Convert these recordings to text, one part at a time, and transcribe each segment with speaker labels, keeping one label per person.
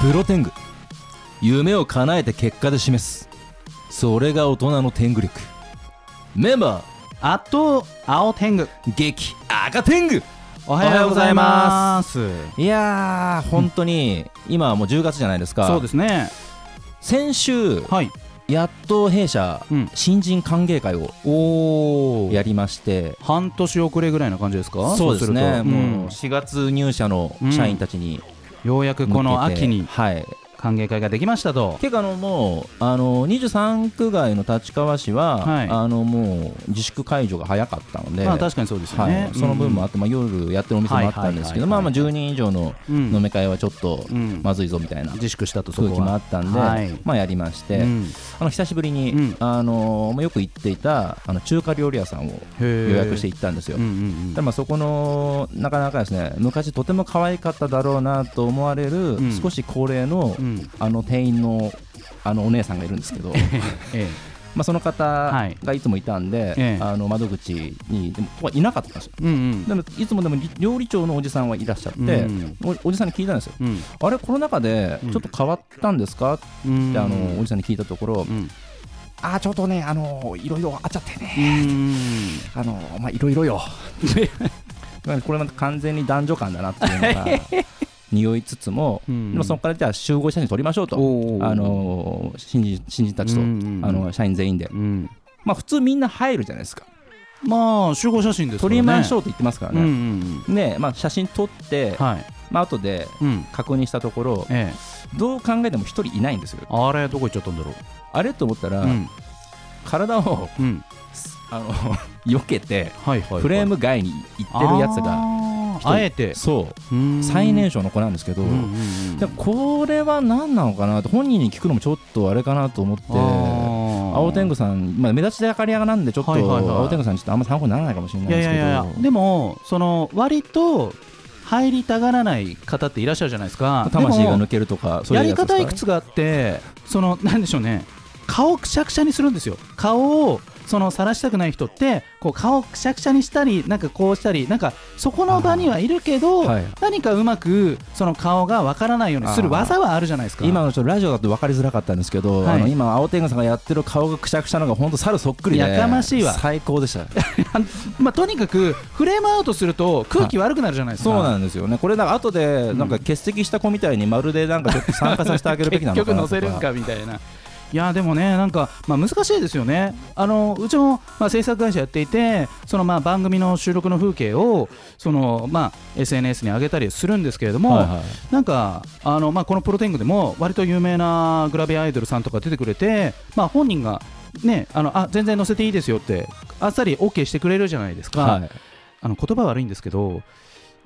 Speaker 1: プロテング夢を叶えて結果で示すそれが大人の天狗力メンバ
Speaker 2: あと青天狗
Speaker 1: ー激赤天狗
Speaker 2: お
Speaker 1: はようございますいやー本当に今はもう10月じゃないですか
Speaker 2: そうですね
Speaker 1: 先週
Speaker 2: はい
Speaker 1: やっと弊社、
Speaker 2: うん
Speaker 1: 新人歓迎会を
Speaker 2: おお
Speaker 1: やりまして
Speaker 2: 半年遅れぐらいな感じですか
Speaker 1: そうです
Speaker 2: る
Speaker 1: ね
Speaker 2: と
Speaker 1: も
Speaker 2: う
Speaker 1: うん4月入社の社員たちに、
Speaker 2: ようやくこの秋に
Speaker 1: はい
Speaker 2: 歓迎会ができましたと
Speaker 1: 結構あのもうあの23区外の立川市は、
Speaker 2: はい
Speaker 1: あのもう自粛解除が早かったので、
Speaker 2: まあ確かにそうですよ
Speaker 1: は
Speaker 2: ね
Speaker 1: い、その分もあ
Speaker 2: あ
Speaker 1: って、まあ、夜やってるお店もあったんですけど、
Speaker 2: はい
Speaker 1: ま
Speaker 2: は
Speaker 1: あ
Speaker 2: いはいはい
Speaker 1: まあ10人以上の飲み会はちょっと
Speaker 2: うん
Speaker 1: まずいぞみたいな
Speaker 2: 自粛したとそ
Speaker 1: 空気
Speaker 2: こ
Speaker 1: もあ
Speaker 2: は
Speaker 1: ったんで、
Speaker 2: はい
Speaker 1: まあやりまして、
Speaker 2: うん
Speaker 1: あの久しぶりに、
Speaker 2: うん
Speaker 1: あのよく行っていたあの中華料理屋さんを
Speaker 2: へー
Speaker 1: 予約して行ったんですよ。
Speaker 2: うんうん
Speaker 1: でまあそこのなかなかですね昔とても可愛かっただろうなと思われる、
Speaker 2: うん
Speaker 1: 少し高齢の、
Speaker 2: うんうん
Speaker 1: あの店員のあのお姉さんがいるんですけ ど
Speaker 2: ええ
Speaker 1: まあその方
Speaker 2: い
Speaker 1: がいつもいたんで、
Speaker 2: ええ
Speaker 1: あの窓口にでもとはいなかったんですよ
Speaker 2: うんうん
Speaker 1: でもいつもでも料理長のおじさんはいらっしゃって、
Speaker 2: うん
Speaker 1: おおじさんに聞いたんですよ
Speaker 2: うん
Speaker 1: あれコロナ禍でちょっと変わったんですか、って
Speaker 2: うん
Speaker 1: あのおじさんに聞いたところ、
Speaker 2: うん
Speaker 1: ああちょっとねあのいろいろあっちゃって
Speaker 2: う
Speaker 1: ね
Speaker 2: ん
Speaker 1: あのまあいろいろよ なんかこれまた完全に男女間だなっていう のが匂いつつも、
Speaker 2: うん
Speaker 1: でもそこからじゃあ集合写真撮りましょうと
Speaker 2: おー
Speaker 1: あの新人新人たちと、
Speaker 2: うんうんうん
Speaker 1: あの社員全員で、
Speaker 2: うん
Speaker 1: まあ普通みんな入るじゃないですか
Speaker 2: まあ集合写真です
Speaker 1: 撮
Speaker 2: からね
Speaker 1: りましょ
Speaker 2: う
Speaker 1: うと言ってますから
Speaker 2: んう
Speaker 1: ね、
Speaker 2: ん
Speaker 1: で、まあ、写真撮って、
Speaker 2: うんはい
Speaker 1: まあ後で
Speaker 2: うん
Speaker 1: 確認したところ
Speaker 2: ええ
Speaker 1: どう考えても一人いないんですよ
Speaker 2: あれどこ行っちゃったんだろう
Speaker 1: あれと思ったら、
Speaker 2: うん
Speaker 1: 体を
Speaker 2: うん
Speaker 1: あの 避けて
Speaker 2: はいはいはい
Speaker 1: フレーム外に行ってるやつが、
Speaker 2: あー
Speaker 1: 人
Speaker 2: あえて
Speaker 1: そう
Speaker 2: うーん
Speaker 1: 最年少の子なんですけど、
Speaker 2: うんうんうん
Speaker 1: でこれは何なのかなと本人に聞くのもちょっとあれかなと思って
Speaker 2: あー
Speaker 1: 青天狗さん、まあ、目立ち明かり屋なんでちょっと、
Speaker 2: はいはいはい
Speaker 1: 青天狗さんちょっとあんま参考にならないかもしれない
Speaker 2: いや
Speaker 1: で
Speaker 2: い
Speaker 1: す
Speaker 2: や
Speaker 1: け
Speaker 2: い
Speaker 1: ど
Speaker 2: やでもその割と入りたがらない方っていらっしゃるじゃないですか
Speaker 1: 魂が
Speaker 2: で
Speaker 1: 抜けるとか
Speaker 2: も
Speaker 1: そう
Speaker 2: や
Speaker 1: いう
Speaker 2: り
Speaker 1: つです
Speaker 2: 方
Speaker 1: か
Speaker 2: いくつかあってそのなんでしょうね顔をくしゃくしゃにするんですよ顔をその晒したくない人ってこう顔をくしゃくしゃにしたりなんかこうしたりなんかそこの場にはいるけど、
Speaker 1: あーはい
Speaker 2: 何かうまくその顔がわからないようにする技はあるじゃないですか
Speaker 1: 今のちょっとラジオだと分かりづらかったんですけど、
Speaker 2: はい
Speaker 1: あの今青天狗さんがやってる顔がくしゃくしゃなのが本当猿そっくりで
Speaker 2: やかましいわ
Speaker 1: 最高でした
Speaker 2: まあ、とにかくフレームアウトすると空気悪くなるじゃないですか。
Speaker 1: そうなんんですよねこれなんか後でなんか欠席した子みたいにまるでなんかちょっと参加させてあげるべきな
Speaker 2: 結
Speaker 1: のか
Speaker 2: 局
Speaker 1: な
Speaker 2: 乗
Speaker 1: と
Speaker 2: せ
Speaker 1: か
Speaker 2: るんかみたいな。いやでもね、なんか、まあ、難しいですよね、あのうちも、まあ、制作会社やっていて、そのまあ番組の収録の風景をその、まあ、SNS に上げたりするんですけれども、
Speaker 1: はいはい
Speaker 2: なんかあの、まあ、このプロテングでも、割と有名なグラビアアイドルさんとか出てくれて、まあ、本人が、ね、あのあ全然載せていいですよって、あっさり OK してくれるじゃないですか、
Speaker 1: はい
Speaker 2: あの言葉悪いんですけど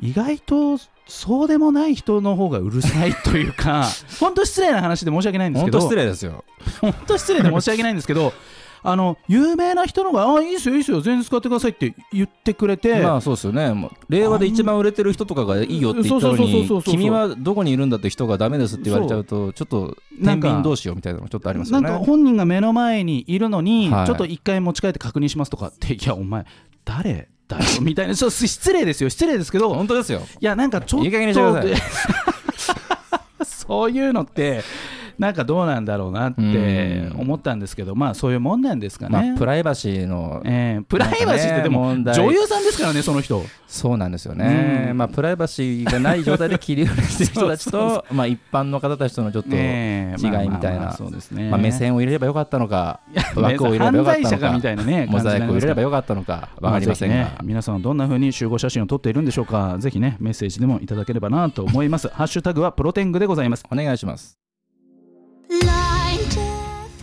Speaker 2: 意外とそうでもない人の方がうるさいというか 本当失礼な話で申し訳ないんです
Speaker 1: 本
Speaker 2: けど
Speaker 1: 当失礼ですよ
Speaker 2: 本当失礼で申し訳ないんです けどあの有名な人の方が「あいいですよいいですよ全然使ってください」って言ってくれて、
Speaker 1: まあそうですよねもう令和で一番売れてる人とかがいいよって言ったの
Speaker 2: そうそうそうそうそう
Speaker 1: に
Speaker 2: そう
Speaker 1: 君はどこにいるんだって人がダメですって言われちゃうとちょっと
Speaker 2: な
Speaker 1: 天
Speaker 2: んか
Speaker 1: 秤どうしようみたいなのちょっとあります
Speaker 2: な
Speaker 1: よ
Speaker 2: ん
Speaker 1: ね
Speaker 2: か本人が目の前にいるのに、
Speaker 1: はい
Speaker 2: ちょっと一回持ち帰って確認しますとかって「いやお前誰だよ」みたいなちょっと失礼ですよ失礼ですけど
Speaker 1: 本当ですよ
Speaker 2: いやなんかちょっと
Speaker 1: いい加減にしてくだ
Speaker 2: そういうのってなんかどうなんだろうなって
Speaker 1: うん
Speaker 2: 思ったんですけどまあそういうもんなんですか
Speaker 1: ま
Speaker 2: ね、
Speaker 1: あプライバシーの
Speaker 2: ええプライバシーってで
Speaker 1: な
Speaker 2: も、
Speaker 1: んかね問題
Speaker 2: 女優さんですからねその人
Speaker 1: そうなんですよね、
Speaker 2: うん
Speaker 1: まあ、プライバシーがない状態で切り売りしてる人たち
Speaker 2: そうそう
Speaker 1: とまあ一般の方たちとのちょっと、
Speaker 2: ええまあ
Speaker 1: 違いみたいな
Speaker 2: まあまあそうですね
Speaker 1: まあ、目線を入れればよかったのか
Speaker 2: 目
Speaker 1: 枠を入
Speaker 2: 線
Speaker 1: れれば
Speaker 2: 犯
Speaker 1: よかった
Speaker 2: 罪
Speaker 1: の
Speaker 2: 者か
Speaker 1: か
Speaker 2: みたいなね
Speaker 1: モザイクを入れれば
Speaker 2: よ
Speaker 1: よかったのかわかりませんが、
Speaker 2: ね、皆さんはどんな風に集合写真を撮っているんでしょうかぜひねメッセージでもいただければなと思いますハッシュタグはプロテングでございます
Speaker 1: お願いします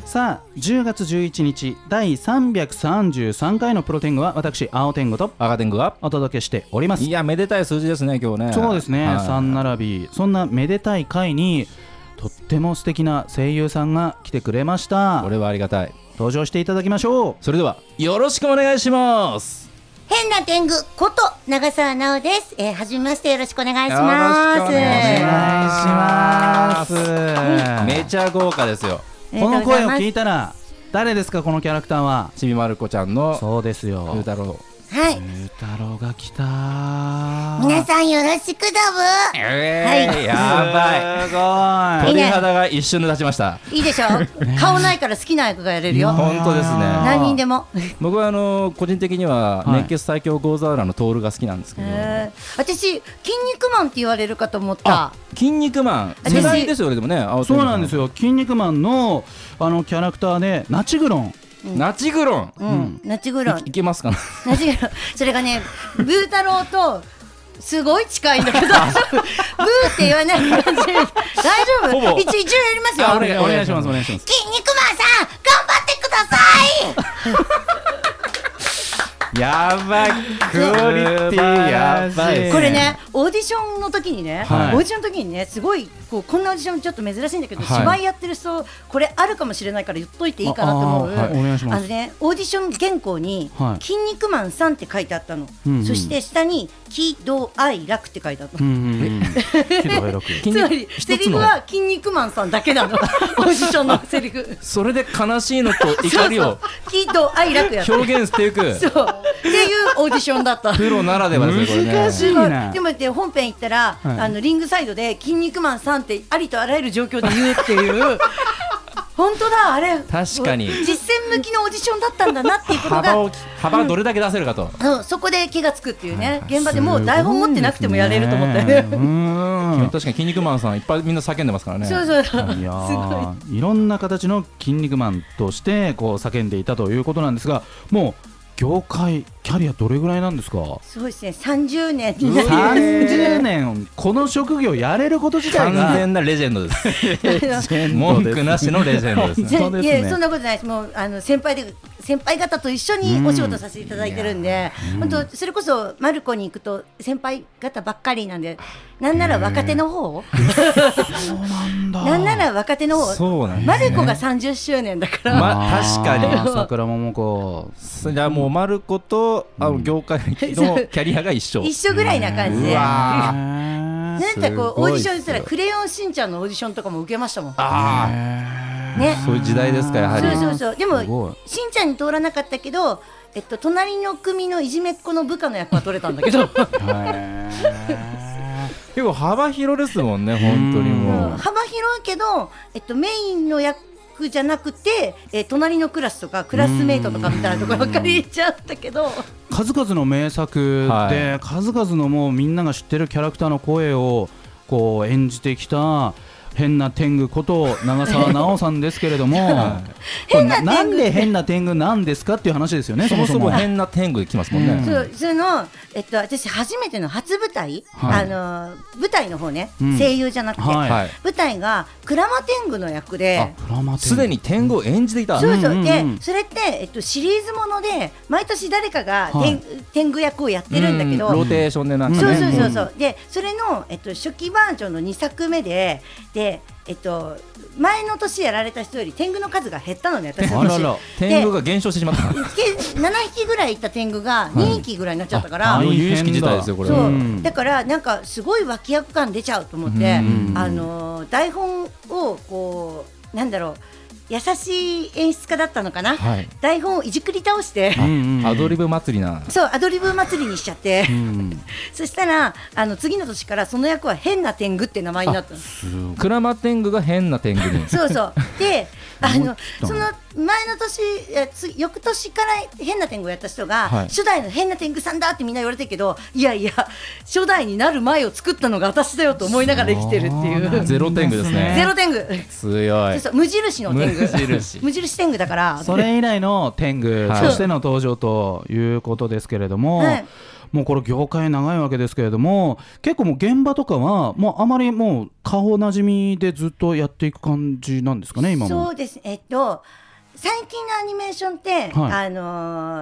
Speaker 2: さあ10月11日第333回のプロテングは私青天狗と
Speaker 1: 赤天狗が
Speaker 2: お届けしております
Speaker 1: いやめでたい数字ですね今日ね
Speaker 2: そうですね、
Speaker 1: はい
Speaker 2: 三並びそんなめでたい回にとっても素敵な声優さんが来てくれました
Speaker 1: 俺はありがたい
Speaker 2: 登場していただきましょう
Speaker 1: それではよろしくお願いします
Speaker 3: 変な天狗こと長澤奈緒です。えー、はじめましてよろしくお願いし
Speaker 1: よろしく
Speaker 3: ま
Speaker 1: お
Speaker 3: す。
Speaker 2: お願いし
Speaker 1: 願
Speaker 2: ます
Speaker 1: めちゃ豪華ですよ
Speaker 2: この声を聞
Speaker 3: い
Speaker 2: いたら誰ですかこのキャラクターは
Speaker 1: ちびまる子ちゃんの
Speaker 2: そうですよ
Speaker 1: ゆうたろう
Speaker 3: はい。
Speaker 2: ゆうたろうが来たー
Speaker 3: 皆さんよろしくだ
Speaker 1: えー
Speaker 3: はい
Speaker 1: やばい
Speaker 3: いい
Speaker 1: 鳥
Speaker 3: ね
Speaker 1: 肌が一瞬で立ちました
Speaker 3: ぶ。いいでしょ顔ないから好きな役がやれるよ。
Speaker 1: 本当ですね
Speaker 3: 何人でも。
Speaker 1: 僕はあの個人的には
Speaker 2: はい
Speaker 1: 熱血最強ゴーザーラのトールが好きなんですけど、
Speaker 3: へー私、筋肉マンって言われるかと思った
Speaker 1: あ。筋肉マン
Speaker 3: 私
Speaker 1: 世代ですよねでもね青
Speaker 2: そ
Speaker 1: 天
Speaker 2: う
Speaker 1: 狗さ
Speaker 2: なんですよ「筋肉マンの」あのキャラクターでナチグロン
Speaker 1: ナチグロン
Speaker 3: うん。ナチグロン
Speaker 1: いい。けますかね
Speaker 3: ナチグロン。それがね、ブー太郎と、すごい近いんだけど、ブーって言わない感
Speaker 1: ほぼ
Speaker 3: じ。大丈夫一応一応やりますよ
Speaker 1: あ。
Speaker 2: お願いお
Speaker 1: お
Speaker 2: 願
Speaker 1: 願
Speaker 2: い
Speaker 1: い
Speaker 2: し
Speaker 1: し
Speaker 2: ま
Speaker 1: ますす
Speaker 2: お願いします
Speaker 3: 筋肉マンさん、頑張ってください
Speaker 1: やばいクオリティやば い
Speaker 2: ええ
Speaker 3: これね、オーディションの時にね、
Speaker 1: はい
Speaker 3: オーディションの時にね、すごいこうこんなオーディションちょっと珍しいんだけど、
Speaker 1: はい
Speaker 3: 芝居やってる人これあるかもしれないから言っといていいかなと思う。
Speaker 2: ああはいお願いします
Speaker 3: あのね、オーディション原稿に
Speaker 2: は
Speaker 3: 「
Speaker 2: い
Speaker 3: 筋肉マンさん」って書いてあったの。
Speaker 2: うんうん
Speaker 3: そして下に「喜怒哀楽」って書いてあった
Speaker 2: う
Speaker 3: の。
Speaker 2: んうんうん喜怒哀楽
Speaker 1: 筋
Speaker 3: つま
Speaker 1: 肉
Speaker 3: り
Speaker 1: 一つ
Speaker 3: セ
Speaker 1: の
Speaker 3: リフは筋肉マンさんだけ なの。オーディションのセリフ。
Speaker 1: それで悲しいのと怒り
Speaker 3: そう
Speaker 1: を
Speaker 3: そう喜怒哀楽やった。
Speaker 1: 表現していく
Speaker 3: そう。っていうオーディションだった。
Speaker 1: プロならではですねこれね
Speaker 2: 難しい
Speaker 3: すごい
Speaker 2: な
Speaker 3: でもで本編行ったら、
Speaker 2: はい
Speaker 3: あのリングサイドで「筋肉マンさん」ってありとあらゆる状況で言うっ ていう本当だあれ
Speaker 1: 確かに
Speaker 3: 実践向きのオーディションだったんだなっていうこと
Speaker 1: 幅を
Speaker 3: が
Speaker 1: き幅をどれだけ出せるかと
Speaker 3: そうそこで気がつくっていうね、現場でもう台本持ってなくてもやれると思ったよ
Speaker 2: すごい
Speaker 3: ね
Speaker 2: ですねうん
Speaker 1: 確かに筋肉マンさんいっぱいみんな叫んでますからね
Speaker 3: そうそうそう
Speaker 2: いや
Speaker 3: すごい
Speaker 2: ーいろんな形の「筋肉マン」としてこう叫んでいたということなんですがもう業界キャリアどれぐらいなんですか
Speaker 3: すごいですね30年になります
Speaker 2: 30年この職業やれること自体
Speaker 1: 完
Speaker 2: が
Speaker 1: 全なレジェンドです
Speaker 2: 全
Speaker 1: 文句なしのレジェンド です
Speaker 2: 本当ですね
Speaker 3: いやそんなことないですもうあの先輩で先輩方と一緒にお仕事させていただいてるんで、本当それこそマルコに行くと先輩方ばっかりなんでなんなら若手の方を、なんなら若手の方
Speaker 1: そうなんですね
Speaker 3: マルコが30周年だから、
Speaker 1: ま確かに
Speaker 2: あー桜桃子
Speaker 1: じゃあもうマルコとあの業界のキャリアが一緒
Speaker 3: 一緒ぐらいな感じで
Speaker 1: うわあ
Speaker 2: へー
Speaker 3: なんかこ
Speaker 1: す
Speaker 3: うオ
Speaker 1: ご
Speaker 3: ー
Speaker 1: いっす
Speaker 3: ディシ
Speaker 1: よ
Speaker 3: ョンしたら「クレヨンしんちゃん」のオーディションとかも受けましたもん
Speaker 1: あ
Speaker 2: へ
Speaker 3: ね
Speaker 1: あそういう時代ですかやはり
Speaker 3: そうそうそうです
Speaker 1: ご
Speaker 3: も
Speaker 1: い
Speaker 3: しんちゃんに通らなかったけどえっと隣の組のいじめっ子の部下の役は取れたんだけど
Speaker 2: ーへ
Speaker 1: 結構幅広ですもんね本当にもう
Speaker 3: 幅広いけど、えっと、メインの役じゃなくて、えー隣のクラスとかクラスメイトとかみたいなところばっかり言っちゃったけど
Speaker 2: ー数々の名作
Speaker 1: は
Speaker 2: で数々のもうみんなが知ってるキャラクターの声をこう演じてきた変な天狗こと長澤直さんですけれどもこれななんで変な天狗なんですかっていう話ですよね
Speaker 1: そ
Speaker 2: そ
Speaker 1: も
Speaker 2: も
Speaker 1: そ
Speaker 2: そ
Speaker 1: も
Speaker 2: も。
Speaker 1: 変な天狗で来ますもん
Speaker 2: うん
Speaker 1: ね
Speaker 3: そうその、えっと、私初めての初舞台、
Speaker 2: はい
Speaker 3: あのー舞台の方ね、
Speaker 2: うん
Speaker 3: 声優じゃなくて、
Speaker 2: はい
Speaker 1: はい
Speaker 3: 舞台が鞍馬天狗の役で。
Speaker 2: ドラマ天狗
Speaker 1: すでに天狗を演じていた
Speaker 3: そうそう
Speaker 2: うんうんうん
Speaker 3: でそれって、えっと、シリーズもので毎年誰かが天,、
Speaker 2: はい
Speaker 3: 天狗役をやってるんだけど、
Speaker 1: ローテーションでなんか
Speaker 3: そう
Speaker 1: ね
Speaker 3: そうそうそう。で、それのえっと初期バージョンの2作目で、で、えっと前の年やられた人より天狗の数が減ったのね、私の
Speaker 2: あら
Speaker 3: 年。
Speaker 2: ら
Speaker 1: 天狗が減少してしまった
Speaker 3: 7匹ぐらいいた天狗が2匹ぐらいになっちゃったから、
Speaker 2: はいあ
Speaker 1: 有識事態ですよこれ
Speaker 3: そう、
Speaker 1: は
Speaker 2: ん
Speaker 3: だからなんかすごい脇役感出ちゃうと思って、
Speaker 1: うん
Speaker 3: あのー台本をこうなんだろう優しい演出家だったのかな、
Speaker 1: はい
Speaker 3: 台本をいじくり倒して、
Speaker 2: うんうんうん
Speaker 1: アドリブ祭りな
Speaker 3: そうアドリブ祭りにしちゃって。
Speaker 2: うん
Speaker 3: そしたらあの次の年からその役は変な天狗って名前になったの。
Speaker 1: クラマ天狗が変な天狗に
Speaker 3: そうそう。で、あ
Speaker 2: 思
Speaker 3: の
Speaker 2: った
Speaker 3: その前の年えつ翌年から変な天狗をやった人が、
Speaker 1: はい
Speaker 3: 初代の変な天狗さんだってみんな言われてるけど、いやいや初代になる前を作ったのが私だよと思いながら生きてるっていう。
Speaker 1: ゼロ天狗ですね
Speaker 3: ゼロ天狗。
Speaker 1: 強
Speaker 3: そう
Speaker 1: い
Speaker 3: そう無印の天狗。
Speaker 1: 無 印
Speaker 3: 無印天狗だから。
Speaker 2: それ以来の天狗
Speaker 1: はい
Speaker 2: としての登場ということですけれども、
Speaker 3: はい
Speaker 2: もうこれ業界長いわけですけれども結構もう現場とかはもうあまりもう顔なじみでずっとやっていく感じなんですかね今も
Speaker 3: そうですえっと最近のアニメーションって、
Speaker 2: は
Speaker 3: あの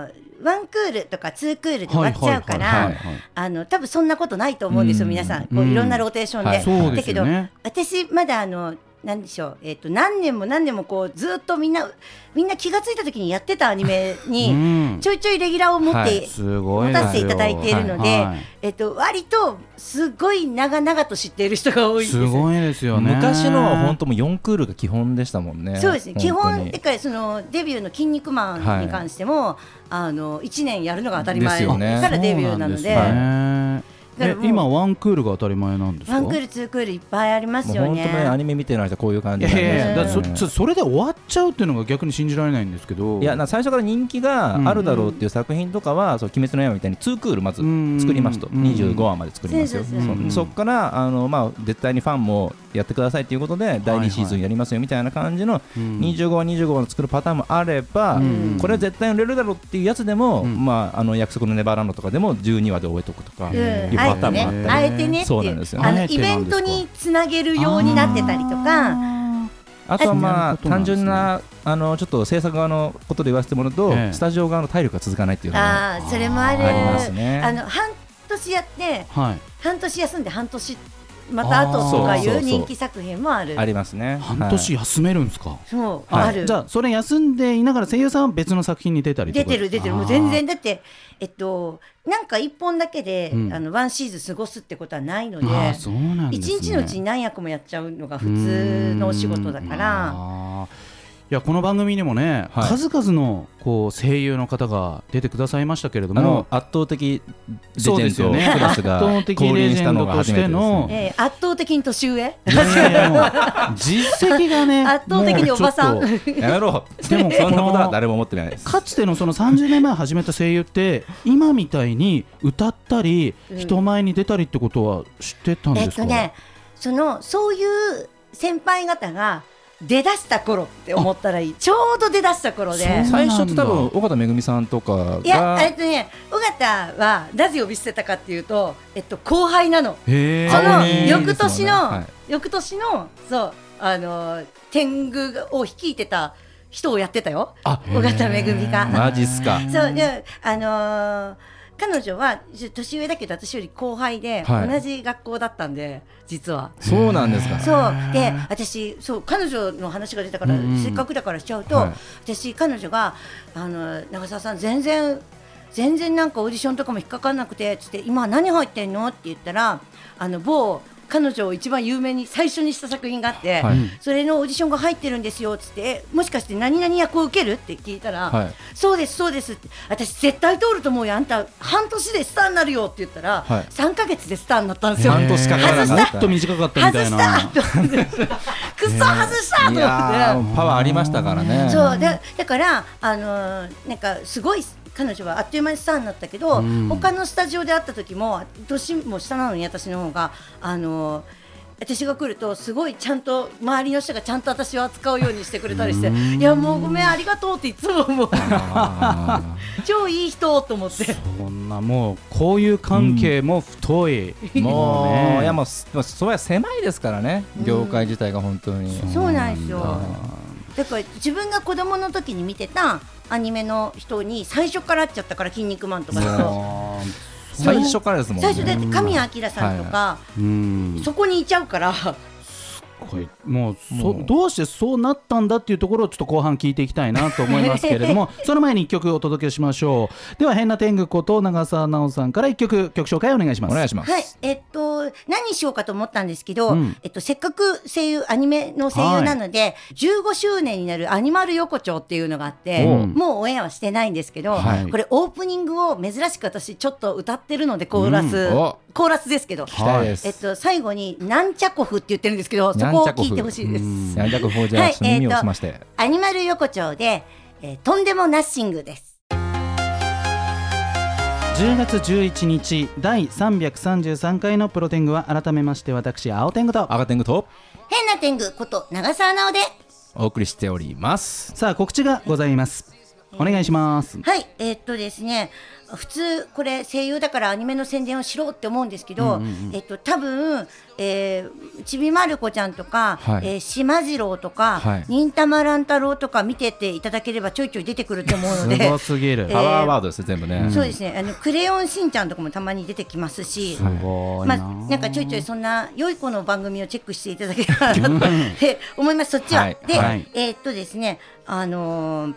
Speaker 3: ーワンクールとかツークールで終わっちゃうか
Speaker 2: はいはい
Speaker 3: ら
Speaker 2: はいはい
Speaker 3: あの多分そんなことないと思うんですよ
Speaker 1: うん
Speaker 3: 皆さん
Speaker 2: うん
Speaker 3: こういろんなローテーションで、
Speaker 1: はい
Speaker 2: そう
Speaker 3: だ
Speaker 2: で
Speaker 3: け
Speaker 2: す
Speaker 3: ど
Speaker 2: よね
Speaker 3: 私まだあのなんでしょう、えっと何年も何年もこうずっとみんなみんな気がついた時にやってたアニメ
Speaker 2: う
Speaker 3: に
Speaker 2: ん
Speaker 3: ちょいちょいレギュラーを持って、
Speaker 2: はいすごい
Speaker 3: 持
Speaker 2: ですよ
Speaker 3: たせていただいているので、
Speaker 2: はいはい
Speaker 3: えっと割とすごい長々と知っている人が多いんです
Speaker 2: すごいですよね
Speaker 1: 昔のは本当もう4クールが基本でしたもんね
Speaker 3: そうですね基
Speaker 1: 本当
Speaker 3: 本
Speaker 1: に
Speaker 3: てかそのデビューの「筋肉マン」に関しても、あの1年やるのが当たり前
Speaker 1: ですよね
Speaker 3: からデビューなので
Speaker 2: そうなんですね
Speaker 3: だから
Speaker 2: え
Speaker 3: もう
Speaker 2: 今ワンクールが当たり前なんですか
Speaker 3: ワンクールツークールいっぱいあります
Speaker 1: もう
Speaker 3: よ
Speaker 1: 本当
Speaker 3: ね
Speaker 1: ねアニメ見てない人はこういう感じ
Speaker 2: いや
Speaker 1: にないり
Speaker 2: やいやだ
Speaker 1: ま
Speaker 2: っ
Speaker 1: す
Speaker 2: て
Speaker 1: ね
Speaker 2: そそそれで終わっちゃうっていうのが逆に信じられないんですけど
Speaker 1: いやな最初から人気があるだろうっていう作品とかは「そう鬼滅の刃」みたいに2クールまず作りますと
Speaker 2: うん
Speaker 1: 25話まで作りますよ
Speaker 3: そうそうそう
Speaker 1: そそっからあの、まあ、絶対にファンもやってくださいということで第2シーズンやりますよみたいな感じの
Speaker 2: うん
Speaker 1: 25話25話の作るパターンもあれば
Speaker 2: うん
Speaker 1: これは絶対売れるだろうっていうやつでも、
Speaker 2: うん
Speaker 1: まあ、あの約束のネバーランドとかでも12話で終えとくとか、
Speaker 3: うん、
Speaker 1: いう
Speaker 3: あ
Speaker 1: パ
Speaker 3: え
Speaker 1: ター
Speaker 3: て
Speaker 1: ンもあったり、
Speaker 3: ねあえてねって
Speaker 1: そうないん
Speaker 3: う
Speaker 1: ですよ
Speaker 3: あの
Speaker 2: あえて
Speaker 3: イ
Speaker 2: な
Speaker 3: ベ
Speaker 2: ん
Speaker 3: ン
Speaker 2: ですか
Speaker 3: トにつなげるようになってたりとか
Speaker 2: あ
Speaker 1: あとはま
Speaker 2: あ
Speaker 1: あ
Speaker 2: そういうことな
Speaker 1: 単
Speaker 2: んですね
Speaker 1: 純なあのちょっと制作側のことで言わせてもらうと、
Speaker 2: ええ
Speaker 1: スタジオ側の体力が続かないっていうのが
Speaker 3: ああーそれもある
Speaker 1: ありますね
Speaker 3: あの半年やって
Speaker 2: ーはい
Speaker 3: 半年休んで半年また後とかい
Speaker 1: あーそうそうそ
Speaker 3: う
Speaker 1: う
Speaker 3: 人気作品もある
Speaker 1: ありますね。
Speaker 2: 半年休めるんですか
Speaker 3: そう、
Speaker 1: はい
Speaker 3: ある
Speaker 2: じゃあそれ休んでいながら声優さんは別の作品に出たりと
Speaker 3: 出
Speaker 2: か
Speaker 3: てる出てるもう全然だってえっとなんか一本だけで、
Speaker 2: うん
Speaker 3: あのワンシーズン過ごすってことはないの
Speaker 2: あ
Speaker 3: で
Speaker 2: ーあーそうなんです
Speaker 3: 一
Speaker 2: ね
Speaker 3: 日のうちに何役もやっちゃうのが普通のお仕事だか
Speaker 2: うー
Speaker 3: ら
Speaker 2: んあーいやこの番組にもね、
Speaker 1: はい
Speaker 2: 数々のこう声優の方が出てくださいましたけれど
Speaker 1: あの
Speaker 2: も
Speaker 1: 圧倒的レジ
Speaker 2: そうで
Speaker 1: ェン
Speaker 2: すよ
Speaker 1: ド
Speaker 2: ね
Speaker 1: クラスが
Speaker 2: 圧倒的
Speaker 1: 降臨したのが初めて
Speaker 2: レジェ
Speaker 1: で
Speaker 2: ン
Speaker 1: す
Speaker 2: ド
Speaker 1: ね。
Speaker 2: としての
Speaker 3: ええ圧倒的に年上
Speaker 2: いやいやいやもう実績がね
Speaker 3: 圧倒的におばさん
Speaker 2: もうちょっ
Speaker 1: やめろ。
Speaker 2: でも
Speaker 1: そんなこと
Speaker 2: こ
Speaker 1: は
Speaker 2: の
Speaker 1: 誰も思ってないです
Speaker 2: と。かつてのその30年前始めた声優って今みたいに歌ったり
Speaker 3: うん
Speaker 2: 人前に出たりってことは知ってたん
Speaker 3: え
Speaker 2: で
Speaker 3: っ
Speaker 2: すか、
Speaker 3: とねそのそういう先輩方が出だした頃って思ったらいいちょうど出だした頃で
Speaker 2: そうなんだ
Speaker 1: 最初って多分岡田めぐみさんとか
Speaker 3: いやえっ
Speaker 1: が
Speaker 3: とね尾形はなぜ呼び捨てたかっていうと、えっと、後輩なの
Speaker 2: へー
Speaker 3: その
Speaker 1: 青鬼ですよね
Speaker 3: 翌年の、
Speaker 1: はい
Speaker 3: 翌年のそうあのー天狗を率いてた人をやってたよ
Speaker 1: あ
Speaker 3: 尾形めぐみが。
Speaker 1: マジっすか。
Speaker 3: そうであのー彼女はじゅ年上だけど私より後輩で、
Speaker 1: はい
Speaker 3: 同じ学校だったんで実は。
Speaker 1: そうなんですか。
Speaker 3: そうで私そう彼女の話が出たから、
Speaker 2: うんうん
Speaker 3: せっかくだからしちゃうと、
Speaker 1: はい
Speaker 3: 私彼女があの長澤さん全然全然なんかオーディションとかも引っかかんなくてつって今何入ってんのって言ったらあの某彼女を一番有名に最初にした作品があって、
Speaker 1: はい
Speaker 3: それのオーディションが入ってるんですよつってえもしかして何々役を受けるって聞いたら、
Speaker 1: はい
Speaker 3: そうですそうですって私絶対通ると思うよあんた半年でスターになるよって言ったら、
Speaker 1: はい
Speaker 3: 3か月でスターになったんですよ。
Speaker 1: 半年かからな
Speaker 3: 外
Speaker 1: か
Speaker 3: し
Speaker 1: っ
Speaker 2: ちょ
Speaker 1: た
Speaker 2: っと。短かったみ
Speaker 3: 外
Speaker 2: たい
Speaker 3: し
Speaker 2: な
Speaker 3: たと思ってくっそ外したと
Speaker 1: いや
Speaker 3: 思って
Speaker 1: ーパワーありましたからね。
Speaker 3: そうだだから、あのーなんかすごい彼女はあっという間にスターになったけど、
Speaker 2: うん
Speaker 3: 他のスタジオで会った時も年も下なのに私の方があのー私が来るとすごいちゃんと周りの人がちゃんと私を扱うようにしてくれたりしていやもうごめんありがとうっていつも思う
Speaker 1: あ
Speaker 3: 超いい人と思って
Speaker 2: こんなもうこういう関係も太い、
Speaker 1: ーもう、
Speaker 2: ね
Speaker 1: いやもうすまあそれは狭いですからね。業界自体が本当に。
Speaker 3: そうなんですよ
Speaker 1: あ
Speaker 3: だから自分が子供の時に見てたアニメの人に最初から会っちゃったから「筋肉マン」とかだと。
Speaker 2: あー
Speaker 1: 最初からですもんね。
Speaker 3: 最初だって神谷明さんとか、
Speaker 2: うん
Speaker 3: そこにいちゃうから、
Speaker 2: もうそ
Speaker 1: もう
Speaker 2: どうしてそうなったんだっていうところをちょっと後半聞いていきたいなと思いますけれど もその前に1曲お届けしましょうでは変な天狗こと長澤奈緒さんから1曲曲紹介お願いします
Speaker 1: お願いします。
Speaker 3: はい、えっと何しようかと思ったんですけど、
Speaker 2: うん
Speaker 3: えっとせっかく声優アニメの声優なので、15周年になるアニマル横丁っていうのがあって、
Speaker 2: おう
Speaker 3: もうオンエアはしてないんですけど、
Speaker 2: はい
Speaker 3: これオープニングを珍しく私ちょっと歌ってるのでコーラス、
Speaker 1: うんお
Speaker 3: コーラスですけど。
Speaker 1: 期待です。
Speaker 3: えっと、最後に「なんちゃこふ」って言ってるんですけどそこを聞いてほしいです。
Speaker 2: うん
Speaker 1: やりたく報じ合わせの耳を
Speaker 3: はいえーと
Speaker 1: 澄まして。
Speaker 3: アニマル横丁で、えーとんでもナッシングです。
Speaker 2: 10月11日第333回のプロ天狗は改めまして私青天狗と
Speaker 1: 赤天狗と
Speaker 3: 変な天狗こと長澤直で
Speaker 1: お送りしております。
Speaker 2: さあ告知がございますお願いします。
Speaker 3: はい、えーっとですね、普通これ声優だからアニメの宣伝をしろって思うんですけど、えっと多分、えーちびまる子ちゃんとか、
Speaker 1: はい
Speaker 3: えーしまじろうとか、
Speaker 1: はい
Speaker 3: 忍たま乱太郎とか見てていただければちょいちょい出てくると思うの
Speaker 2: す
Speaker 3: で。
Speaker 2: ごすぎる
Speaker 3: え。
Speaker 1: パワーワードですね全部ね、
Speaker 3: そうですね、あのクレヨンしんちゃんとかもたまに出てきますし。
Speaker 2: すごい
Speaker 3: ま
Speaker 2: な。、
Speaker 3: あなんかちょいちょいそんな良い子の番組をチェックしていただければなとえ思います、そっちは。
Speaker 1: はい
Speaker 3: で、
Speaker 2: はい
Speaker 3: えーっとですね、あのー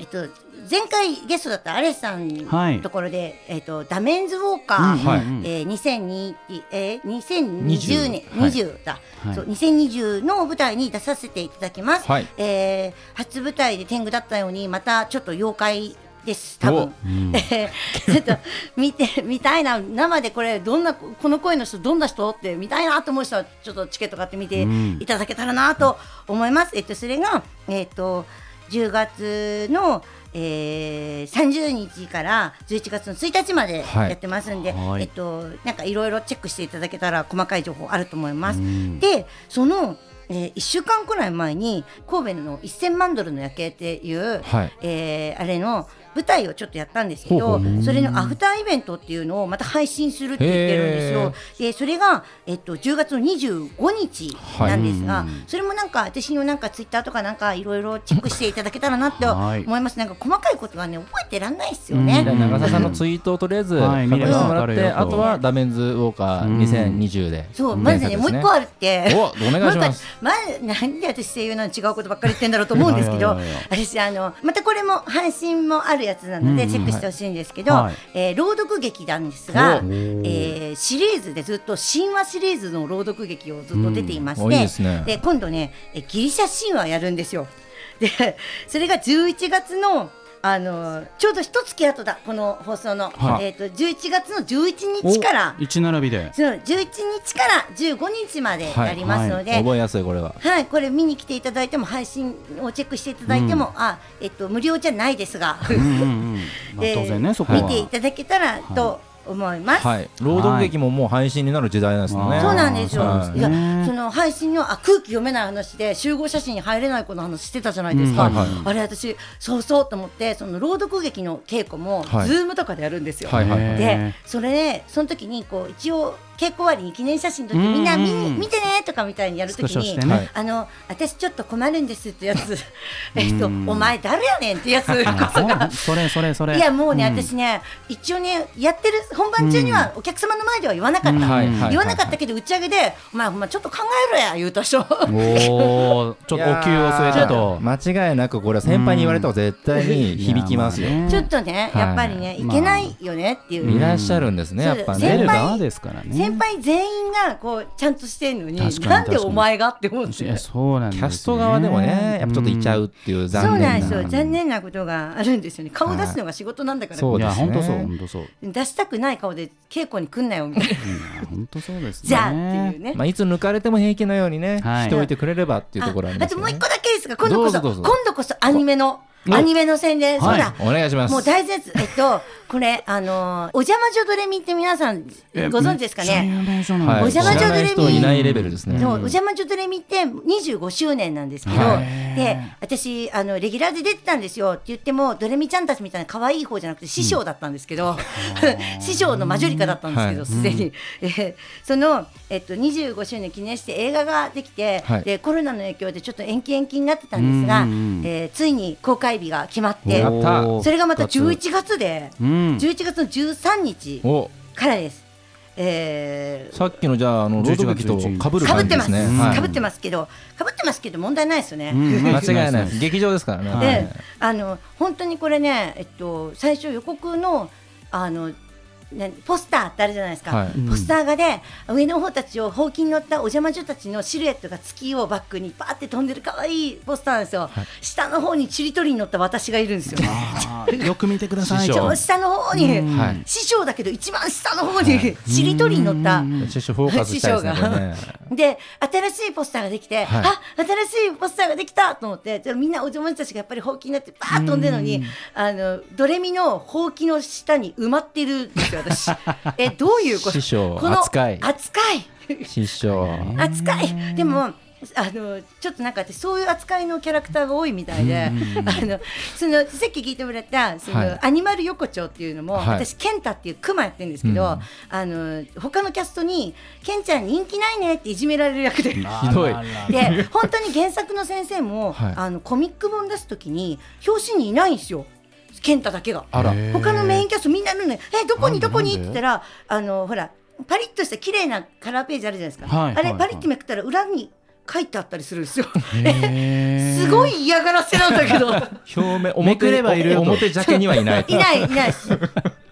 Speaker 3: えっと、前回ゲストだったアレスさん
Speaker 2: はい
Speaker 3: のところで、えっと、ダメンズウォーカー、
Speaker 2: うん
Speaker 1: はい
Speaker 3: えー2002えー2020年、
Speaker 1: はい
Speaker 3: 20だ、
Speaker 2: はい
Speaker 3: そう、2020の舞台に出させていただきます。
Speaker 1: はい
Speaker 3: えー初舞台で天狗だったように、またちょっと妖怪です、多分。えーちょっと見て見たいな生でこれどんなこの声の人どんな人って見たいなと思う人はちょっとチケット買ってみていただけたらなと思います。えっとそれがえっと10月の、えー、30日から11月の1日まで
Speaker 1: はい
Speaker 3: やってますんで、
Speaker 2: はい
Speaker 3: えっとなんかいろいろチェックしていただけたら細かい情報あると思います。でそのえー、1週間くらい前に神戸の1000万ドルの夜景っていう、
Speaker 1: はい
Speaker 3: えーあれの舞台をちょっとやったんですけ
Speaker 1: ほう
Speaker 3: ど
Speaker 1: ほう
Speaker 3: それのアフターイベントっていうのをまた配信するって言ってるんですよ。でそれが、えっと、10月の25日なんですが、それもなんか私のなんかツイッターとかなんかいろいろチェックしていただけたらなって
Speaker 2: はい
Speaker 3: 思います。なんか細かいことがね覚えてらんないですよね。
Speaker 1: じゃあ長澤さんのツイートをとりあえず
Speaker 2: はい
Speaker 1: 確認してもらって、
Speaker 2: 見ればわかるよと
Speaker 1: あとはダメンズウォーカー2020で、
Speaker 3: そうまずねもう一個あるって
Speaker 1: おお願いします
Speaker 3: もう一個 まずなんで私声優なの違うことばっかり言ってんだろうと思うんですけど
Speaker 2: いやいやいや
Speaker 3: 私あのまたこれも配信もあるやつなのでチェックしてほしいんですけど、
Speaker 2: はい
Speaker 3: えー朗読劇なんですが、
Speaker 1: お
Speaker 3: えーシリーズでずっと神話シリーズの朗読劇をずっと出ていまして、
Speaker 1: うんおいいですね
Speaker 3: で今度ねえギリシャ神話やるんですよ。 でそれが11月のあのちょうど一月後だこの放送の、
Speaker 1: はい
Speaker 3: えっ、と11月の11日から
Speaker 2: お一並び で。
Speaker 3: その11日から15日までやりますので、はい
Speaker 1: 覚えやすいこれは
Speaker 3: これ見に来ていただいても配信をチェックしていただいても、あえっと、無料じゃないですが、
Speaker 2: うんうんうん。まあ
Speaker 3: えー
Speaker 2: 当然ねそこは。
Speaker 3: 見ていただけたらと思います。
Speaker 1: はい朗読劇ももう配信になる時代なんですよね、
Speaker 2: はい
Speaker 3: そうなんですよ。
Speaker 1: はい
Speaker 3: いや、その配信のあ空気読めない話で集合写真に入れない子の話してたじゃないですか。
Speaker 1: うんはいはい
Speaker 3: あれ私そうそうと思ってその朗読劇の稽古も、
Speaker 1: はい
Speaker 3: ズームとかでやるんですよ。
Speaker 1: はいはい
Speaker 2: へー
Speaker 3: でそれでその時にこう一応稽古終わりに記念写真撮ってみんな見
Speaker 2: うんうんうん
Speaker 3: 見てねとかみたいにやるとき
Speaker 2: スクショし
Speaker 3: に、
Speaker 2: てね
Speaker 1: はい
Speaker 3: あの私ちょっと困るんですってやつ えっとお前誰やねんってやつこそが
Speaker 2: あ そうそれそれそれ。
Speaker 3: いやもうね、私ね一応ねやってる本番中にはお客様の前では言わなかった、
Speaker 1: うんはいはい
Speaker 3: 言わなかったけど打ち上げで「お前お前ちょっと考えろや」言うとしょ
Speaker 2: おお、ちょっとお灸を据えたと。
Speaker 1: 間違いなくこれは先輩に言われた方が絶対に響きますよ、
Speaker 2: いやまあね
Speaker 3: ちょっとねやっぱりね、
Speaker 2: はい
Speaker 3: いけないよねっていう、
Speaker 1: いらっしゃるんですね
Speaker 3: そ
Speaker 1: や
Speaker 3: う
Speaker 1: っぱ
Speaker 2: 出
Speaker 3: 先
Speaker 2: る
Speaker 1: ね
Speaker 3: 輩
Speaker 2: 側ですからね。
Speaker 3: 先輩全員がこうちゃんとしてんのに
Speaker 2: 確かに
Speaker 3: なんで
Speaker 2: 確か
Speaker 3: お
Speaker 2: に
Speaker 3: 前がって思うんです
Speaker 2: い
Speaker 3: よ
Speaker 2: や。そうなんです
Speaker 1: キ
Speaker 2: ね
Speaker 1: ャスト側でもねやっぱちょっといちゃうっていう
Speaker 3: そ
Speaker 1: 残
Speaker 3: うな
Speaker 1: 念
Speaker 3: んです
Speaker 1: な
Speaker 3: よ残念なことがあるんですよね顔出すのが仕事なんだから、
Speaker 1: そ
Speaker 2: うんいや
Speaker 1: そう
Speaker 2: 本
Speaker 1: で
Speaker 2: 当
Speaker 1: す
Speaker 2: そ
Speaker 1: ね
Speaker 2: う本当そう。い
Speaker 3: 出したくない顔で稽古に来んなよみたいな
Speaker 2: や本当そうですね。
Speaker 3: じゃあっていうね
Speaker 1: まあいつ抜かれても平気なようにね、
Speaker 2: はい
Speaker 1: しておいてくれればっていうところあり
Speaker 3: ああ
Speaker 1: ます
Speaker 3: と
Speaker 1: よ
Speaker 3: もう一
Speaker 1: ね
Speaker 3: 個だけいいですか今度こそ
Speaker 1: どうぞどうぞ
Speaker 3: 今度こそアニメのアニメの宣伝、
Speaker 2: はい
Speaker 3: そうだ
Speaker 1: お願いします
Speaker 3: もう大絶えっとこれあのーお邪魔女ドレミって皆さんご存知ですかね
Speaker 2: めっちゃ有名じゃない
Speaker 1: はい、
Speaker 3: お邪魔
Speaker 1: 知
Speaker 3: 女
Speaker 1: ら
Speaker 3: ド
Speaker 1: な
Speaker 3: レ
Speaker 1: い
Speaker 3: ミ
Speaker 1: 人いないレベルですね
Speaker 3: そうお邪魔女ドレミって25周年なんですけど、
Speaker 1: はい
Speaker 3: で私あのレギュラーで出てたんですよって言ってもドレミちゃんたちみたいな可愛い方じゃなくて師匠だったんですけど、 師匠のマジョリカだったんですけ
Speaker 1: はい
Speaker 3: どすで、に、えーその、えっと、25周年記念して映画ができて、
Speaker 1: はい
Speaker 3: でコロナの影響でちょっと延期延期になってたんですが、
Speaker 2: うんうんうん
Speaker 3: えーついに公開日が決まって
Speaker 1: やった
Speaker 2: おー
Speaker 3: それがまた
Speaker 1: 復活
Speaker 3: 11月で、
Speaker 2: うん
Speaker 3: 11月の13日
Speaker 1: お
Speaker 3: からです。えー
Speaker 1: さっきのじゃああの朗読劇とかぶる
Speaker 3: かぶっ
Speaker 1: 感じ
Speaker 3: て
Speaker 1: で
Speaker 3: ますす、
Speaker 1: ね
Speaker 3: か
Speaker 1: は
Speaker 3: ぶってますけど、かぶってますけど問題ないですよね。
Speaker 2: うん
Speaker 1: 間違いないです劇場ですからね、
Speaker 2: はい
Speaker 3: で、あの本当にこれね、えっと最初予告のあのねポスターってあるじゃないですか。
Speaker 1: はい
Speaker 3: ポスターがで、上の方たちをほうきに乗ったお邪魔女たちのシルエットが月をバックにパーって飛んでる可愛いポスターなんですよ。下の方にちりとりに乗った私がいるんで すよ。
Speaker 2: あーよく見てください。
Speaker 1: 師
Speaker 2: ち
Speaker 1: 匠
Speaker 2: ょ
Speaker 3: 超
Speaker 2: っ
Speaker 3: 下の方に、
Speaker 1: はい
Speaker 3: 師匠だけど一番下の方に ちりとりに乗った。
Speaker 1: 師匠フォーカスしたいですね
Speaker 3: 師
Speaker 1: こ
Speaker 3: 匠が
Speaker 1: れね
Speaker 3: で新しいポスターができて、
Speaker 1: はい
Speaker 3: あ新しいポスターができたと思ってじゃあみんなおじまたちがやっぱりほうきになってバーッと飛んでるのにあのドレミのほうきの下に埋まってるんですよ 私えどういうこと
Speaker 1: 師匠
Speaker 3: この
Speaker 1: 扱い
Speaker 3: 扱い
Speaker 1: 師匠
Speaker 3: 扱いでもあのちょっとなんか私そういう扱いのキャラクターが多いみたいで、あのそのさっき聞いてもらったその、
Speaker 4: はい
Speaker 3: アニマル横丁っていうのも、
Speaker 4: はい
Speaker 3: 私ケンタっていうクマやってるんですけど、
Speaker 1: うん
Speaker 3: あの他のキャストにケンちゃん人気ないねっていじめられる役で。
Speaker 1: ひどい
Speaker 3: で本当に原作の先生も、
Speaker 4: はい
Speaker 3: あのコミック本出すときに表紙にいないんですよ健太だけが
Speaker 4: あら
Speaker 3: 他のメインキャストみんなるのよえどこ
Speaker 4: なん
Speaker 3: に
Speaker 4: で
Speaker 3: どこにって言ったらあのほらパリッとした綺麗なカラーページあるじゃないですか、
Speaker 2: はい
Speaker 3: あれ、
Speaker 2: はい
Speaker 3: パリッとめくったら裏に書いてあったりするんですよ
Speaker 4: へー
Speaker 3: すごい嫌がらせなんだけど
Speaker 1: 表面
Speaker 2: めくればいるよと
Speaker 1: 表ジャケにはいない
Speaker 3: いないいな いです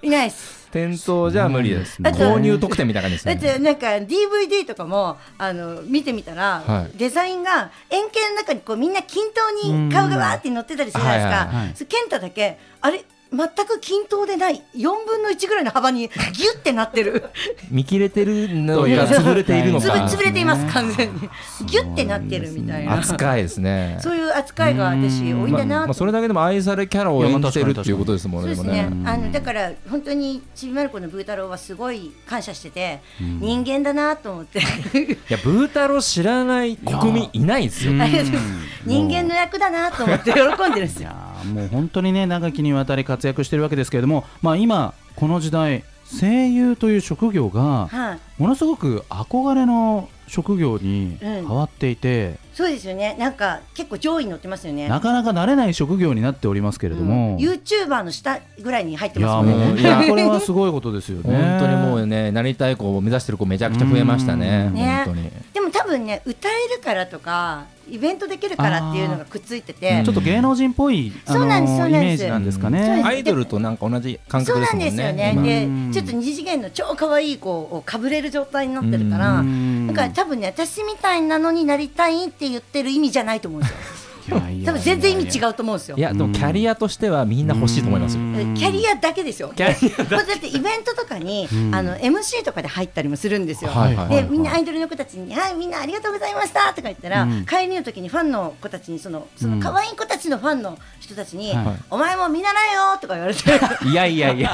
Speaker 3: いないです
Speaker 1: 店頭じゃ無理です
Speaker 3: だっ て
Speaker 1: 購入特典みたいな感じ
Speaker 3: だっ
Speaker 1: ですね
Speaker 3: てなんか DVD とかもあの見てみたら、
Speaker 4: はい
Speaker 3: デザインが円形の中にこうみんな均等に顔がわーって乗ってたりするじゃないです
Speaker 4: はい
Speaker 3: か、
Speaker 4: はい
Speaker 2: はい
Speaker 3: それ健太だけあれ全く均等でない4分の1ぐらいの幅にギュってなってる
Speaker 1: 見切れてるの
Speaker 2: い
Speaker 1: か
Speaker 2: や
Speaker 1: 潰れているの
Speaker 3: つぶ
Speaker 1: か
Speaker 3: 潰れています完全にギュってなってるみたいな
Speaker 1: 扱いですね
Speaker 3: そういう扱いが私多いんだ
Speaker 1: ま
Speaker 3: な
Speaker 1: あまあ
Speaker 3: と
Speaker 1: それだけでも愛されキャラを演じてるっていうことですもん
Speaker 3: そ
Speaker 1: ね
Speaker 3: うです
Speaker 1: も
Speaker 3: ねあのだから本当にちびまる子のブー太郎はすごい感謝してて、人間だなと思って。
Speaker 1: いやブー太郎知らない国民いないですよ
Speaker 2: うん
Speaker 3: ありがとうございます人間の役だなと思って喜んでるんです
Speaker 2: い
Speaker 3: よ。
Speaker 2: やーもう本当にね長きにわたり活躍してるわけですけれども、まあ、今この時代声優という職業が
Speaker 3: はい、
Speaker 2: ものすごく憧れの職業に
Speaker 3: うん
Speaker 2: 変わっていて、
Speaker 3: そうですよね。なんか結構上位に乗ってますよね。
Speaker 2: なかなかなれない職業になっておりますけれども、
Speaker 3: ユーチューバーの下ぐらいに入って
Speaker 2: いや
Speaker 3: ま
Speaker 2: ー
Speaker 3: すもん
Speaker 2: もう
Speaker 3: ね。
Speaker 2: 本当にこれはすごいことですよね。
Speaker 1: 本当にもうねなりたい子を目指してる子めちゃくちゃ増えましたね
Speaker 2: う
Speaker 1: 本当に
Speaker 3: でも多分ね歌えるからとかイベントできるからっていうのがくっついて
Speaker 1: あ
Speaker 3: て
Speaker 1: ー
Speaker 2: ちょっと芸能人っぽい、あ
Speaker 3: そ
Speaker 2: の
Speaker 3: うなんですそう
Speaker 2: イ
Speaker 3: なん
Speaker 2: メー
Speaker 3: です
Speaker 2: ジなんですか
Speaker 3: そうです
Speaker 2: ね。
Speaker 1: アイドルとなんか同じ感
Speaker 3: そう
Speaker 1: 覚で
Speaker 3: な
Speaker 1: すも
Speaker 3: んです
Speaker 1: ん
Speaker 3: よ
Speaker 1: ね
Speaker 3: ね
Speaker 1: 今
Speaker 2: うん
Speaker 3: でちょっと二次元の超可愛い子をかぶれる状態になってるか
Speaker 1: う
Speaker 3: ら
Speaker 2: ん
Speaker 3: だから多分ね私みたいなのになりたいって言ってる意味じゃないと思うんですよ多分全然意味違うと思うんですよ
Speaker 1: いやでもキャリアとしてはみんな欲しいと思いますよ
Speaker 3: キャリアだけですよ。
Speaker 1: キャリア
Speaker 3: だってイベントとかに、あの MC とかで入ったりもするんですよ。
Speaker 1: はいはいはい
Speaker 3: でみんなアイドルの子たちに「はいみんなありがとうございました」とか言ったら、帰りの時にファンの子たちにそのその可愛い子たちのファンの人たちに「
Speaker 2: はい
Speaker 3: お前も見習えよ」とか言われて
Speaker 1: いやいやいや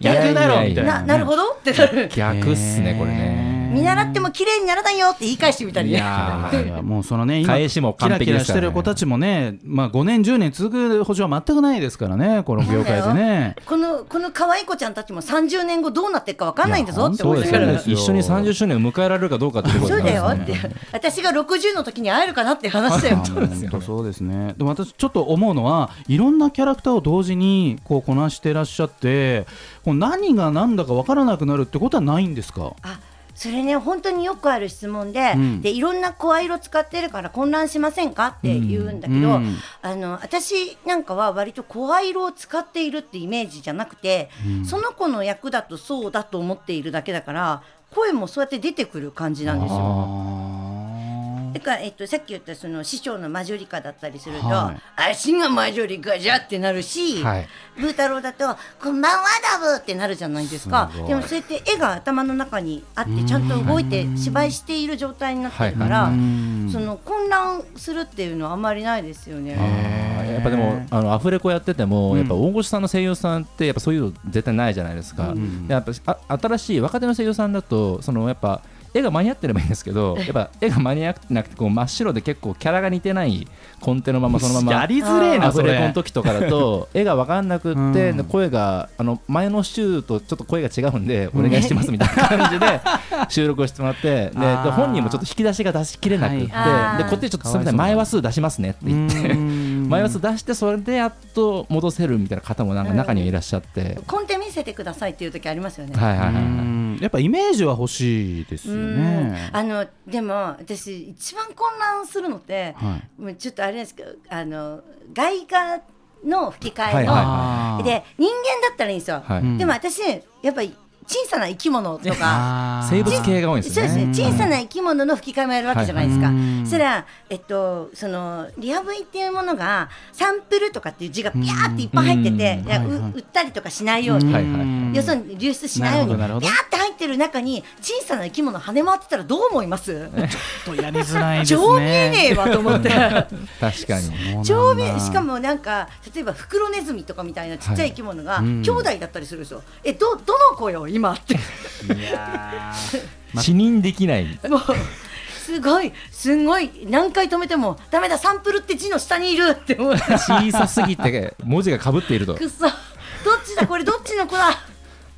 Speaker 2: 逆だろ
Speaker 1: いやいやいや
Speaker 2: みたい
Speaker 3: ななるほどってなる
Speaker 1: 逆っすねこれね
Speaker 3: 見習っても綺麗にならないよって言い返してみたり
Speaker 1: い
Speaker 3: ね。
Speaker 1: や
Speaker 2: いやもうそのね、今
Speaker 1: 返しも完璧で
Speaker 2: キラキ
Speaker 1: し
Speaker 2: ラした
Speaker 1: ね
Speaker 2: てる子たちもね、まあ5年10年続く補助は全くないですからね、この業界でね。
Speaker 3: このこの可愛い子ちゃんたちも30年後どうなってるかわかんないんだぞって
Speaker 1: そ
Speaker 3: 思
Speaker 1: う
Speaker 3: っ
Speaker 1: で
Speaker 3: て
Speaker 1: す
Speaker 3: か
Speaker 1: よ
Speaker 3: ら
Speaker 1: ね一緒に30周年を迎えられるかどうかっていうこと
Speaker 3: そう
Speaker 1: にな
Speaker 3: だ
Speaker 1: り
Speaker 3: よ
Speaker 1: ます
Speaker 3: っ
Speaker 1: ね
Speaker 3: て私が60の時に会えるかなって話だ よ
Speaker 2: 本当そうですね。でも私ちょっと思うのは、いろんなキャラクターを同時にこうこなしてらっしゃって、こう何が何だかわからなくなるってことはないんですか。
Speaker 3: あそれね本当によくある質問で,、
Speaker 2: うん
Speaker 3: でいろんな声色使ってるから混乱しませんかって言うんだけど、
Speaker 2: うん
Speaker 3: あの私なんかは割と声色を使っているってイメージじゃなくて、その子の役だとそうだと思っているだけだから声もそうやって出てくる感じなんですよ。だから、えっと、さっき言ったその師匠のマジョリカだったりすると、
Speaker 2: は
Speaker 3: 足がマジョリカじゃってなるし、
Speaker 1: はい
Speaker 3: ブー太郎だと「こんばんはラブ!」ってなるじゃないですか
Speaker 2: すごい
Speaker 3: でもそうやって絵が頭の中にあってちゃんと動いて芝居している状態になってるから、
Speaker 2: うん
Speaker 3: その混乱するっていうのはあんまりないですよね。
Speaker 1: あーやっぱでもあのアフレコやってても、
Speaker 2: うん
Speaker 1: やっぱ大越さんの声優さんってやっぱそういうの絶対ないじゃないですか、やっぱあ新しい若手の声優さんだとそのやっぱ絵が間に合ってればいいんですけどやっぱ絵が間に合ってなくてこう真っ白で結構キャラが似てないコンテのままそのまま
Speaker 2: やりづれえ
Speaker 1: ア
Speaker 2: な
Speaker 1: フ
Speaker 2: そ
Speaker 1: レコの
Speaker 2: れ。
Speaker 1: 時とかだ と絵が分かんなくって、
Speaker 2: うん
Speaker 1: 声があの前の週とちょっと声が違うんでお願いしますみたいな感じ で収録をしてもらってでで
Speaker 2: あー
Speaker 1: 本人もちょっと引き出しが出しきれなくって、
Speaker 3: はい
Speaker 1: でこっちでちょっとすみませ
Speaker 2: かわいそうんだな
Speaker 1: 前話数出しますねって言って
Speaker 2: うん
Speaker 1: 前話数出してそれでやっと戻せるみたいな方もなんか中にはいらっしゃって、
Speaker 3: コンテ見せてくださいっていう時ありますよね。
Speaker 1: はいはいは
Speaker 2: う
Speaker 1: い、
Speaker 2: んやっぱイメージは欲しいですよ
Speaker 3: うん
Speaker 2: ね。
Speaker 3: あのでも私一番混乱するのって、
Speaker 2: はい
Speaker 3: もうちょっとあれですけどあの外貨の吹き替えの、
Speaker 1: はい
Speaker 2: あー
Speaker 3: で人間だったらいいんですよ、
Speaker 1: はい
Speaker 2: うん
Speaker 3: でも私やっぱり小さな生き物と
Speaker 2: あ
Speaker 3: か。
Speaker 2: ー
Speaker 1: 生物系が多いんで
Speaker 3: そ
Speaker 1: す
Speaker 3: う
Speaker 1: ね。
Speaker 3: ですね小さな生き物の吹き替えもやるわけじゃないですか、
Speaker 2: はいはい
Speaker 3: そしたら、えっと、そのリハブイっていうものがサンプルとかっていう字がピャーっていっぱい入ってて、
Speaker 1: うん
Speaker 3: いやう
Speaker 2: はいはい
Speaker 3: 売ったりとかしないように、
Speaker 1: はいはい
Speaker 2: うん
Speaker 3: 要するに流出しないようにピ
Speaker 2: なる
Speaker 3: ャー
Speaker 2: ほどなるほ
Speaker 3: っ
Speaker 2: ど
Speaker 3: て入ってる中に小さな生き物跳ね回ってたらどう思います
Speaker 2: ちょっとやりづらい ですね。
Speaker 3: 超見えねえわと思って
Speaker 1: 確かに。
Speaker 3: 超見えしかもなんか例えばフクロネズミとかみたいなちっちゃい生き物
Speaker 2: い
Speaker 3: が
Speaker 2: うん
Speaker 3: 兄弟だったりするんですよ、えど どの子よ今って
Speaker 2: いやー
Speaker 1: 死認できない。
Speaker 3: もうすごいすごい何回止めてもダメだサンプルって字の下にいるって思う
Speaker 1: 小さすぎて文字がかぶっていると
Speaker 3: くっそどっちだこれどっちの 子だ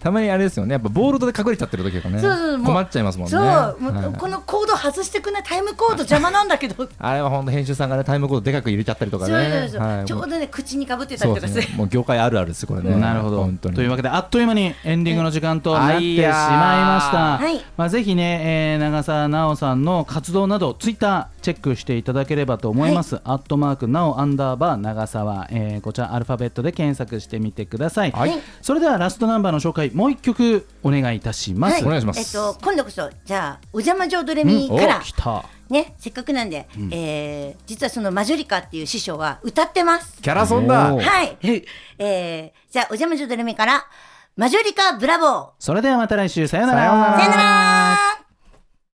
Speaker 1: たまにあれですよねやっぱボールドで隠れちゃってる時とかね
Speaker 3: そうそうもう
Speaker 1: 困っちゃいますもんね
Speaker 3: そう、もう
Speaker 1: はい
Speaker 3: このコード外してくんないタイムコード邪魔なんだ けど、
Speaker 1: あれは本当編集さんがねタイムコードでかく入れちゃったりとか
Speaker 3: そう
Speaker 1: ね
Speaker 3: そうそう
Speaker 1: はい
Speaker 3: ちょうどね口にかぶってた
Speaker 1: そ
Speaker 3: り
Speaker 1: う
Speaker 3: と
Speaker 1: で
Speaker 3: か
Speaker 1: す
Speaker 3: する
Speaker 1: ねもう業界あるあるですこれね
Speaker 2: なるほど
Speaker 1: 本当に
Speaker 2: というわけであっという間にエンディングの時間となっ
Speaker 1: あ
Speaker 2: て
Speaker 1: い
Speaker 2: しまい
Speaker 1: や
Speaker 2: ま
Speaker 1: ー
Speaker 2: した、
Speaker 3: はい
Speaker 2: まあ、ぜひね、えー長澤奈緒さんの活動などツイッターチェックしていただければと思います、アットマークなおアンダーバー長澤、えーこちらアルファベットで検索してみてください、
Speaker 1: はい
Speaker 2: それではラストナンバーの紹介もう一曲お願いいたします、
Speaker 1: お願いします
Speaker 3: えっと、今度こそ、じゃあ、お邪魔女ドレミ
Speaker 2: お
Speaker 3: から、
Speaker 2: 来た
Speaker 3: ね、せっかくなんで、えー実はそのマジョリカっていう師匠は歌ってます。
Speaker 1: キャラソンだ
Speaker 2: おー
Speaker 3: はい。えーじゃあ、お邪魔女ドレミから、マジョリカブラボー。
Speaker 2: それではまた来週さよう
Speaker 1: さようなら
Speaker 3: さよなら